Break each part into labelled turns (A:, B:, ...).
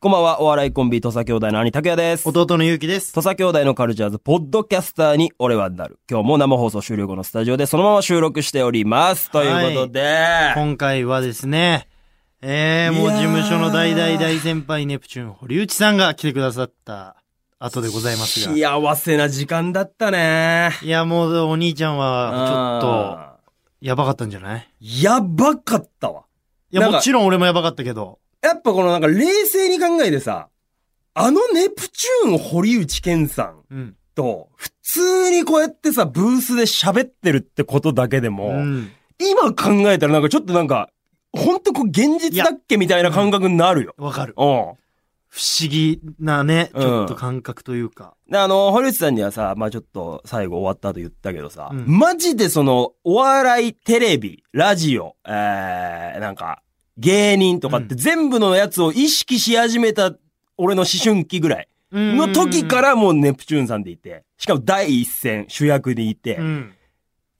A: こんばんは、お笑いコンビ、土佐兄弟の兄、拓也です。
B: 弟のゆうきです。
A: 土佐兄弟のカルチャーズ、ポッドキャスターに俺はなる。今日も生放送終了後のスタジオでそのまま収録しております。ということで、
B: 今回はですね、えー、
A: い
B: もう
A: やー
B: 事務所の大大大先輩ネプチューン堀内さんが来てくださった後でございますが。いや、
A: 幸せな時間だったね。
B: もうお兄ちゃんはちょっ
A: っと、
B: とやばかったんじゃない
A: やばかったわ。
B: いや、
A: なんか
B: もちろん俺もやばかったけど。
A: やっぱこのなんか冷静に考えてさ、あのネプチューン堀内健さん
B: うん。
A: と、普通にこうやってさ、ブースで喋ってるってことだけでも、
B: うん。
A: 今考えたらなんかちょっとなんか、ほんとこう現実だっけみたいな感覚になるよ。
B: わかる。
A: うん。
B: 不思議なね、
A: うん
B: ちょっと感覚というか。
A: で、あの、堀内さんにはさ、まあちょっと最後終わった後言ったけどさ、
B: うん
A: マジでその、お笑い、テレビ、ラジオ、えー、なんか、芸人とかって
B: う、
A: 全部のやつを意識し始めた俺の思春期ぐらいの時かららもうネプチューンさんでいて、しかも第一線主役でいて、
B: うん。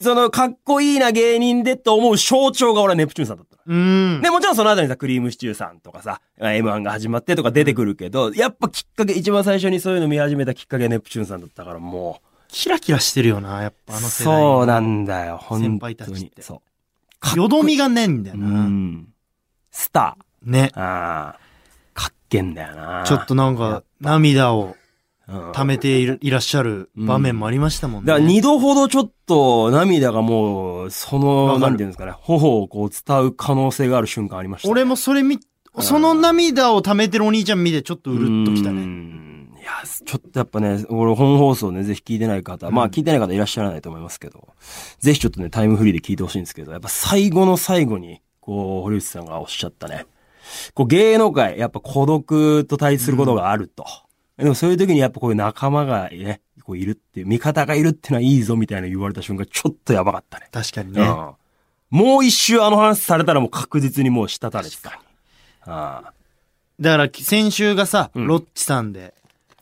A: そのかっこいいな芸人でと思う象徴が俺はネプチューンさんだったの。
B: うん。
A: で、もちろんその後にさ、クリームシチューさんとかさ、M1 が始まってとか出てくるけど、やっぱきっかけ、一番最初にそういうの見始めたきっかけはネプチューンさんだったからも
B: キラキラしてるよな、やっ
A: う、
B: ぱあの世代の。
A: そうなんだよ、本当に。
B: 先輩たちって
A: そう。
B: よどみがねえんだよ
A: う
B: な。
A: ん。スタ
B: ね。
A: ー。ああ。かっけんだよな。
B: ちょっとなん
A: やっ
B: か、涙を。
A: うん、
B: 溜めているいらっしゃる場面もありましたもんね。
A: だから二度ほどちょっと涙がもう、そ
B: わか
A: の、
B: る
A: なんていうんですかね、頬をこう伝う可能性がある瞬間ありました。
B: 俺もそれ見、
A: うん
B: その涙を溜めてるお兄ちゃん見てちょっとうるっときた
A: うー
B: ね。
A: んいや、ちょっとやっぱね、俺本放送ね、ぜひ聞いてない方、
B: うん
A: まあ聞いてない方いらっしゃらないと思いますけど、ぜひちょっとね、タイムフリーで聞いてほしいんですけど、やっぱ最後の最後に、こう、堀内さんがおっしゃったね。こう、芸能界、やっぱ孤独と対することがあると。でもそういう時にやっぱこういう仲間がね、こういるっていう、味方がいるってのはいいぞみたいな言われた瞬間、ちょっとやばかったね。
B: 確かにね。
A: うんもう一周あの話されたらもう確実にもう滴れてた。ああ。
B: だから先週がさ、
A: うん
B: ロッチさんで、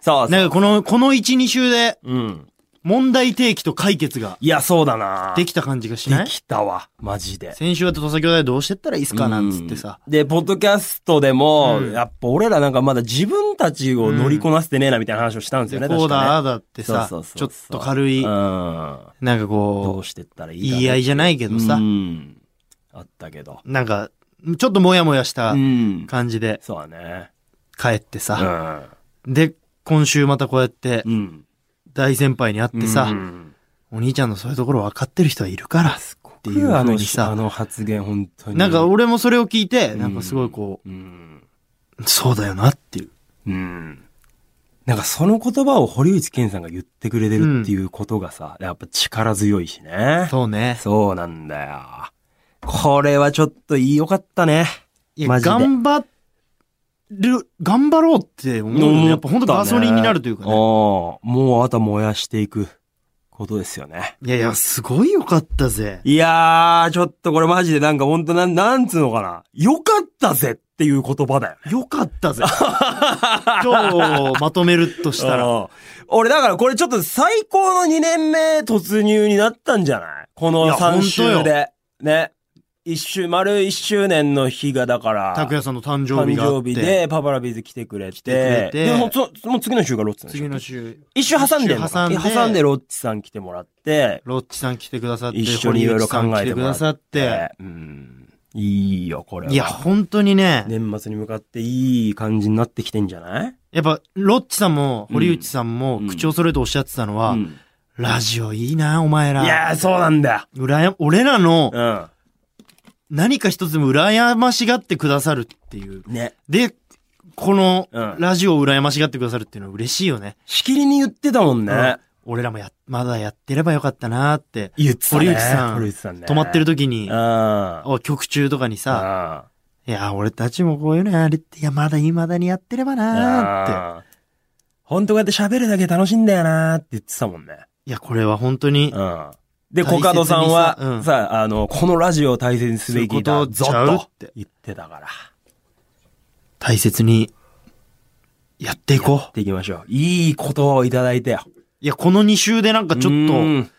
A: そうそう。
B: なんかこの、この1、2週で
A: うん。
B: 問題提起と解決が
A: いや、そうだな
B: できた感じがし
A: で
B: ない
A: きたわ、マジで。
B: 先週は土佐兄弟どうしてったらいいっすかなんつってさ。
A: うん。で、ポッドキャストでも、
B: うん
A: やっぱ俺らなんかまだ自分たちを乗りこなせてねえなみたいな話をしたんです
B: で
A: よね、
B: こう
A: 確
B: だ、あ
A: か
B: あだってさ、ち
A: そ
B: ょ
A: うそうそう
B: っ
A: そう
B: と軽い
A: ね。、うん。
B: なんか
A: ど
B: こ、
A: うしてったらいういかね
B: 言い合いじゃないけど
A: う
B: さ、
A: ん。あったけど。
B: なんか、ちょっともやもやした
A: うん。
B: 感じで
A: そうだね。
B: 帰って
A: う
B: さ、
A: ん。
B: で、今週またこうやって
A: うん。
B: 大先輩に会ってさ、
A: うん
B: お兄ちゃんのそういうところ分かってる人はいるから。
A: すご
B: っていう
A: くあ
B: 風
A: の
B: にさ
A: あの発言、本当に。
B: なんか、俺もそれを聞いて、
A: う
B: なんかすごいこ
A: うん。
B: う、そうだよなっていう。
A: うん。なんかその言葉を堀内健さんが言ってくれてるっていうことがさ、やっぱ力強いしね。
B: そうね。
A: そうなんだよ。これはちょっと良かったね。
B: いや、
A: マジで
B: 頑張る、頑張ろうって思うよね。やっぱ本当ガソリンになるというか
A: ああ
B: ね。
A: もうあとは燃やしていくことですよね。
B: いやいや、すごい良かったぜ。
A: いやー、ちょっとこれマジでなんかほんとなん、なんつうのかな。良かったぜっていう言葉だよね。
B: 良かった ぜ。今日まとめるとしたら。
A: うん俺だからこれちょっと最高の2年目突入になったんじゃないこの
B: いや
A: 3週
B: 本当
A: で。ね。一週、丸1周年の日がだから、
B: 拓也さんの誕生
A: 誕
B: 日があ
A: 生
B: っ
A: 日
B: て。
A: でパパラビーズ来てくれて、
B: てくれて
A: でもそもう次の週がロッチさんでしょ
B: 次の週、
A: 一周挟んでんのか
B: 一周挟んで
A: 挟んでロッチさん来てもらって、
B: ロッチさん来てくださって、
A: 一緒にいろいろ考えて
B: 堀内さん来てく
A: もら
B: だ
A: っ
B: さって。
A: うん。いいよ、これは。
B: いや、本当にね、
A: 年末に向かっていい感じになってきてんじゃない
B: やっぱ、ロッチさんも、堀内さんも
A: うん、
B: 口を揃えておっしゃってたのは、
A: うん
B: ラジオいいな、お前ら。
A: いやー、そうなんだ
B: うらや、俺らの
A: よ。
B: 何か一つでも羨ましがってくださるっていう。
A: うん。ね。
B: で、この
A: うん
B: ラジオを羨ましがってくださるっていうのは嬉しいよね。
A: しきりに言ってたもんね。
B: うん俺らもや、まだやってればよかったなって。
A: 言ってたね。
B: 堀内さん
A: 堀内さんね。
B: 止まってる
A: 時
B: 時に
A: うん。、あ
B: お曲中とかにさ、
A: あ。
B: いや、俺たちもこういうのやれて、いや、まだ未だにやってればなーって。
A: ああ。本当こうやって喋るだけ楽しいんだよなーって言ってたもんね。
B: いや、これは本当に、
A: うん。で、
B: 大切
A: コ
B: に
A: カドさんは、
B: うん
A: さ、あの、このラジオを大切にすべきだぞ
B: そういうことちゃう
A: と
B: って
A: 言ってたから。
B: 大切に、やっていこ
A: やっていきましょう。いい言葉をいただいたよ。
B: う。いや、この2週でなんかちょっと、
A: うん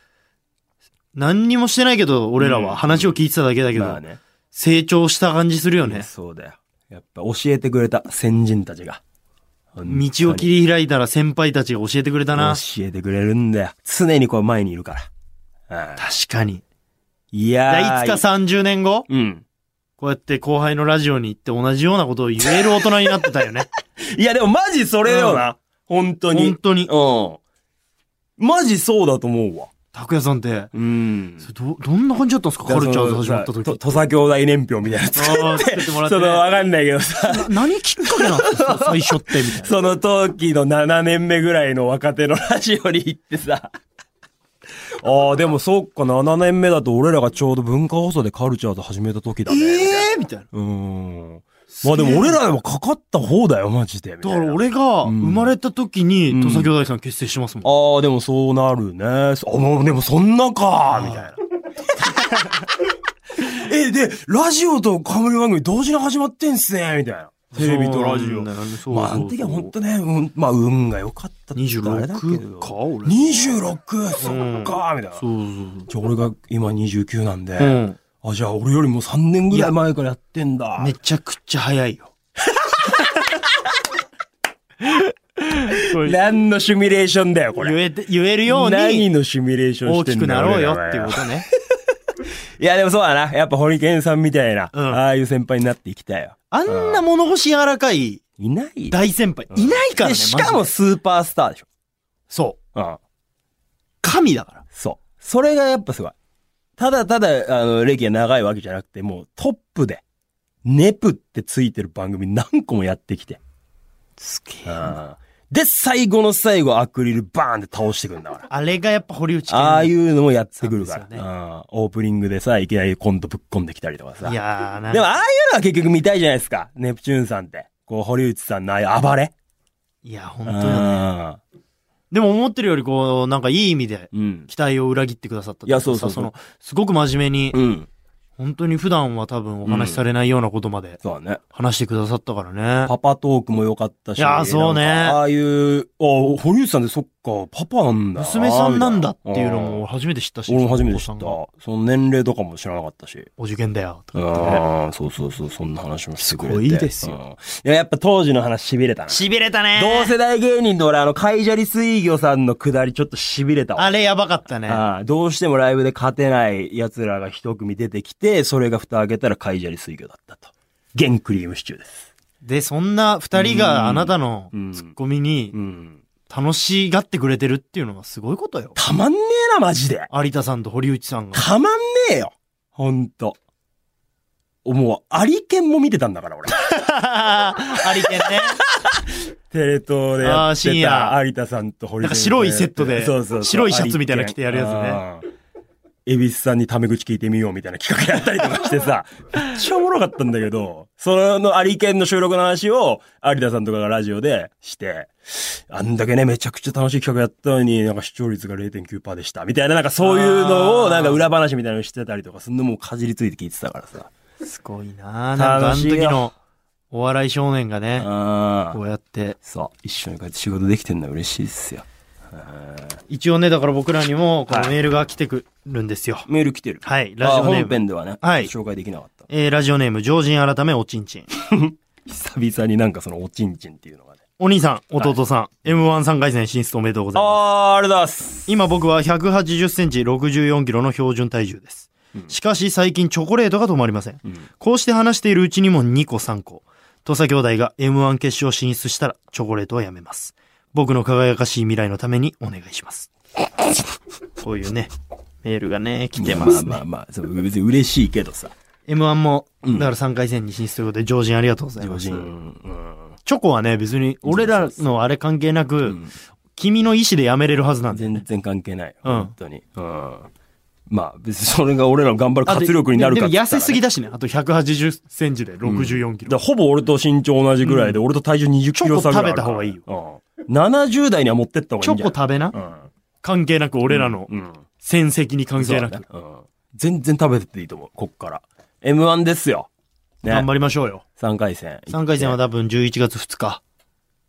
B: 何にもしてないけど、俺ら
A: うん
B: は話を聞いてただけだけど、
A: まあね。
B: 成長した感じするよね。
A: そうだよ。やっぱ教えてくれた先人たちが。
B: 道を切り開いたら先輩たちが教えてくれたな。
A: 教えてくれるんだよ。常にこう前にいるから。うん
B: 確かに。
A: い
B: じ
A: や
B: ゃあ
A: ー。
B: いつか30年後、
A: うん。
B: こうやって後輩のラジオに行って同じようなことを言える大人になってたよね。
A: いや、でもマジそれよな。 本当に。
B: 本当に。
A: うん。マジそうだと思うわ。
B: 拓也さんって、
A: うん
B: それど、どんな感じだったんですかカルチャーズ始まった時。
A: と土佐兄弟年表みたいな やつ作
B: あー
A: って
B: 作ってもらって
A: その、わかんないけどさ、
B: な何きっかけなんです か最初ってみたいな。
A: その時の7年目ぐらいの若手のラジオに行ってさ。ああ、でもそっか、7年目だと俺らがちょうど文化放送でカルチャーズ始めた時だね。み たいな
B: ええー、みたいな。
A: うん。まあでも俺らでもかかった方だよ、マジで。みた
B: だ
A: い
B: か
A: な
B: ら俺が生まれた時に、
A: うん
B: 土佐兄弟さん結成してますもん。
A: ああ、でもそうなるね。そあ、もうでもそんなか、みたいな。え、で、ラジオと冠番組同時に始まってんすね、みたいな。テレビとラジ
B: そ
A: オ。
B: うなんだよねそうそうそう
A: まあ、あの時は本当ね、うん、まあ、運が良かったってあれだけ
B: 26
A: ど。
B: か俺。
A: 26! そっか、みたいな。
B: そうそうそう。
A: じゃあ俺が今29なんで、
B: うん。
A: あ、じゃあ俺よりも3年ぐらい前からやってんだ。
B: めちゃくちゃ早いよ。これ
A: 何のシミュレーションだよ、これ。
B: 言えて、言えるよう
A: 何
B: に
A: のシミュレーション
B: 大
A: して
B: き
A: んだ
B: くなろうよ
A: 俺らは
B: っていうことね。
A: いや、でもそうだな。やっぱホリケンさんみたいな、
B: うん
A: ああいう先輩になっていきたいよ。
B: あんな物腰柔らかい
A: いない
B: 大先輩いないから
A: で
B: ね。
A: しかも
B: マジで、
A: スーパースターでしょ。
B: そう。
A: うん。
B: 神だから。
A: そう。それがやっぱすごい。ただただ、あの、歴が長いわけじゃなくて、もうトップで、ネプってついてる番組何個もやってきて。
B: すげ
A: う
B: え。
A: ん。で、最後の最後アクリルバーンって倒してくんだから。
B: あれがやっぱ堀内健。
A: ああいうのもやってくるから。
B: そうです
A: う
B: よね
A: ん。オープニングでさ、いきなりコントぶっ込んできたりとかさ。
B: いやー、なん
A: でも、
B: か、
A: ああいうのは結局見たいじゃないですか。ネプチューンさんって。こう、堀内さんのああいう暴れ。
B: いや、本
A: う
B: 当よ。
A: ん。
B: でも思ってるより、こう、なんかいい意味で、
A: うん。
B: 期待を裏切ってくださったとかさ。
A: いやそうそうそう
B: の、すごく真面目に、
A: うん。
B: 本当に普段は多分お話しされないようなことまで
A: そうだね。
B: 話してくださったからね。
A: パパトークも良かったし。
B: いやーそうね
A: なんかああいう、あ堀内さんでそっか、パパなんだ。
B: 娘さんなんだっていうのも。初めて知ったし。
A: 俺も初めて知っ
B: お
A: た
B: 子さんが。
A: その年齢とかも知らなかったし。
B: お受験だよ。とか言ってね
A: ああ、そうそうそう、そんな話もしてくれて。
B: すごいですよ
A: よ。いや、やっぱ当時の話痺れたな。
B: 痺れたね
A: 同世代芸人の俺、あの、カイジャリ水魚さんのくだりちょっと痺れたわ。
B: あれやばかったね。
A: ああどうしてもライブで勝てない奴らが一組出てきて、それが蓋開けたらカイジャリ水魚だったと。現クリームシチューです。
B: で、そんな二人があなたのツッコミに
A: うん。
B: 楽しがってくれてるっていうのがすごいことよ。
A: たまんねえな、マジで。
B: 有田さんと堀内さん が。
A: たまんねえよ。ほんと。もう、アリケンも見てたんだから、俺。
B: ありけんね。
A: テレ東でや
B: あー
A: って
B: 深
A: た
B: 夜
A: 有田さんと堀
B: な
A: さ
B: んか
A: ん。
B: 白いセットで
A: そうそうそう
B: 白いシャツみたいなの着てやるやつね。
A: つね。エビスさんにタメ口聞いてみようみたいな企画やったりとかして さ、めっちゃおもろかったんだけど、そのアリケンの収録の話を有田さんとかがラジオでして、あんだけね、めちゃくちゃ楽しい企画やったのに、なんか視聴率が0.9%でした、みたいな、なんかそういうのを、なんか裏話みたいなのしてたりとか、そんなもうかじりついて聞いてたからさ。
B: すごいなあなんかあ
A: 楽
B: の
A: しいよ
B: 時のお笑い少年がね、
A: あ
B: こうやって。
A: そう、一緒にこうやって仕事できてんのは嬉しいっすよ。
B: 一応ね、だから僕らにもこ
A: は
B: の
A: い
B: メールが来てくるんですよ。
A: メール来てる。
B: はい、ラジオネ
A: あ
B: ー
A: 本
B: ム。
A: 編ではね、
B: はい
A: 紹介できなかった。
B: えー、ラジオネーム、常人改めおちんちん。
A: 久々になんかそのおちんちんっていうのがね。
B: お兄さん、弟さん、M13 回戦進出おめでとうございます。
A: あー、ありがとうございます。
B: 今僕は180センチ64キロの標準体重です。しかし最近チョコレートが止まりません。こうして話しているうちにも2個3個。土佐兄弟が M1 決勝進出したらチョコレートはやめます。僕の輝かしい未来のためにお願い します。こういうね、メールがね、来てますね。
A: まあまあまあ、そう別に嬉しいけどさ。
B: M1 も、だから3回戦に進出ということで、常人ありがとうございます。チョコはね、別に俺らのあれ関係なく、君の意思でやめれるはずなんで。
A: 全然関係ない。
B: うん
A: 本当に。うん。まあ、別にそれが俺らの頑張る活力になるか
B: で
A: っ
B: も
A: て言
B: 痩
A: ったら
B: せ
A: ね
B: すぎだしね。あと180センチで64キ
A: だから
B: ロ。
A: ほぼ俺と身長同じぐらいで、俺と体重20キロ差ぐらいあるから。
B: チョコ食べた方がいい
A: よ。うん。70代には持ってった方がい
B: チ
A: いん
B: ョ
A: じ
B: コ
A: ゃない
B: 食べな。関係なく俺らの
A: うん。うん。
B: 戦績に関係な
A: そう
B: く。
A: だねうん全然食べてっていいと思う、こっから。M1 ですよ。ね。
B: 頑張りましょうよ。
A: 3回戦。
B: 3回戦は多分11月2日。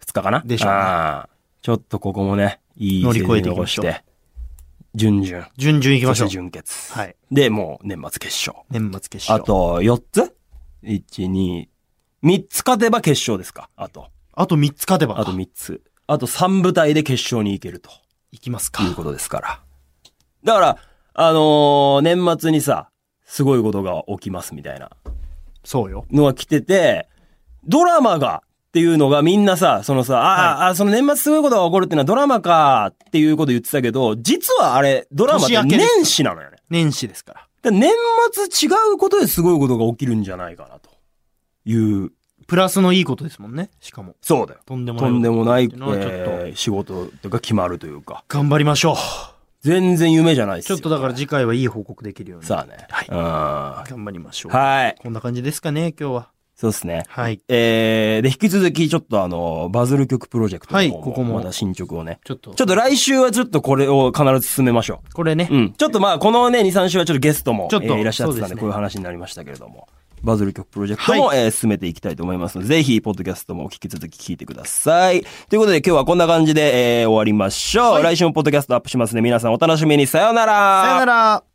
A: 2日かな
B: でしょうね
A: ああちょっとここもね、いい
B: 乗り越えていき
A: 残
B: ま
A: し
B: しょう
A: て。準々。
B: 順々行き
A: そ
B: ま
A: し
B: しょ
A: て
B: う。
A: 準決。
B: はい。
A: で、もう年末決勝。
B: 年末決
A: あ
B: 勝。。
A: と4つ ?1、2、3つ勝てば決勝ですかあと。
B: あと3つ勝てば
A: あと3つ。あと3舞台で決勝に行けると
B: いきますか
A: いうことですから。だから、あのー年末にさ、すごいことが起きますみたいな
B: そうよ
A: のが来てて、ドラマがっていうのがみんなさ、そのさ、あー、あー、その年末すごいことが起こるっていうのはドラマかっていうこと言ってたけど、実はあれ、ドラマって
B: 年明けです
A: 年始なのよね。
B: 年始ですから
A: だから年末違うことですごいことが起きるんじゃないかなという。
B: プラスのいいことですもんねしかも
A: そうだよ。
B: とんでもな
A: と
B: い
A: んでもない、え
B: ことってうのはちょっと
A: ー仕事とか決まるというか。
B: 頑張りましょう
A: 全然夢じゃないです
B: ちょ
A: よ。
B: っとだから次回はいい報告できるように
A: さあね。
B: はい
A: は
B: 頑張りましょう
A: はい。
B: こんな感じですかね今日は
A: そうですね。
B: はい
A: えー、で、引き続き、ちょっとあの、バズる曲プロジェクトの方
B: はいここも
A: また進捗をね。
B: ちょっと
A: ちょっと来週はちょっとこれを必ず進めましょ
B: これね
A: う。うん。ちょっとまあ、このね、2、3週はちょっとゲストも、
B: ちょっと
A: えーいらっしゃってたん
B: そうです
A: で、
B: ね
A: こういう話になりましたけれども。バズる曲プロジェクトも、
B: は
A: えー進めていきたいと思いますので、ぜひ、ポッドキャストも引き続き聞いてください。ということで、今日はこんな感じで、えー終わりましょう。来週もポッドキャストアップしますので、皆さんお楽しみに。さようなら。
B: さよなら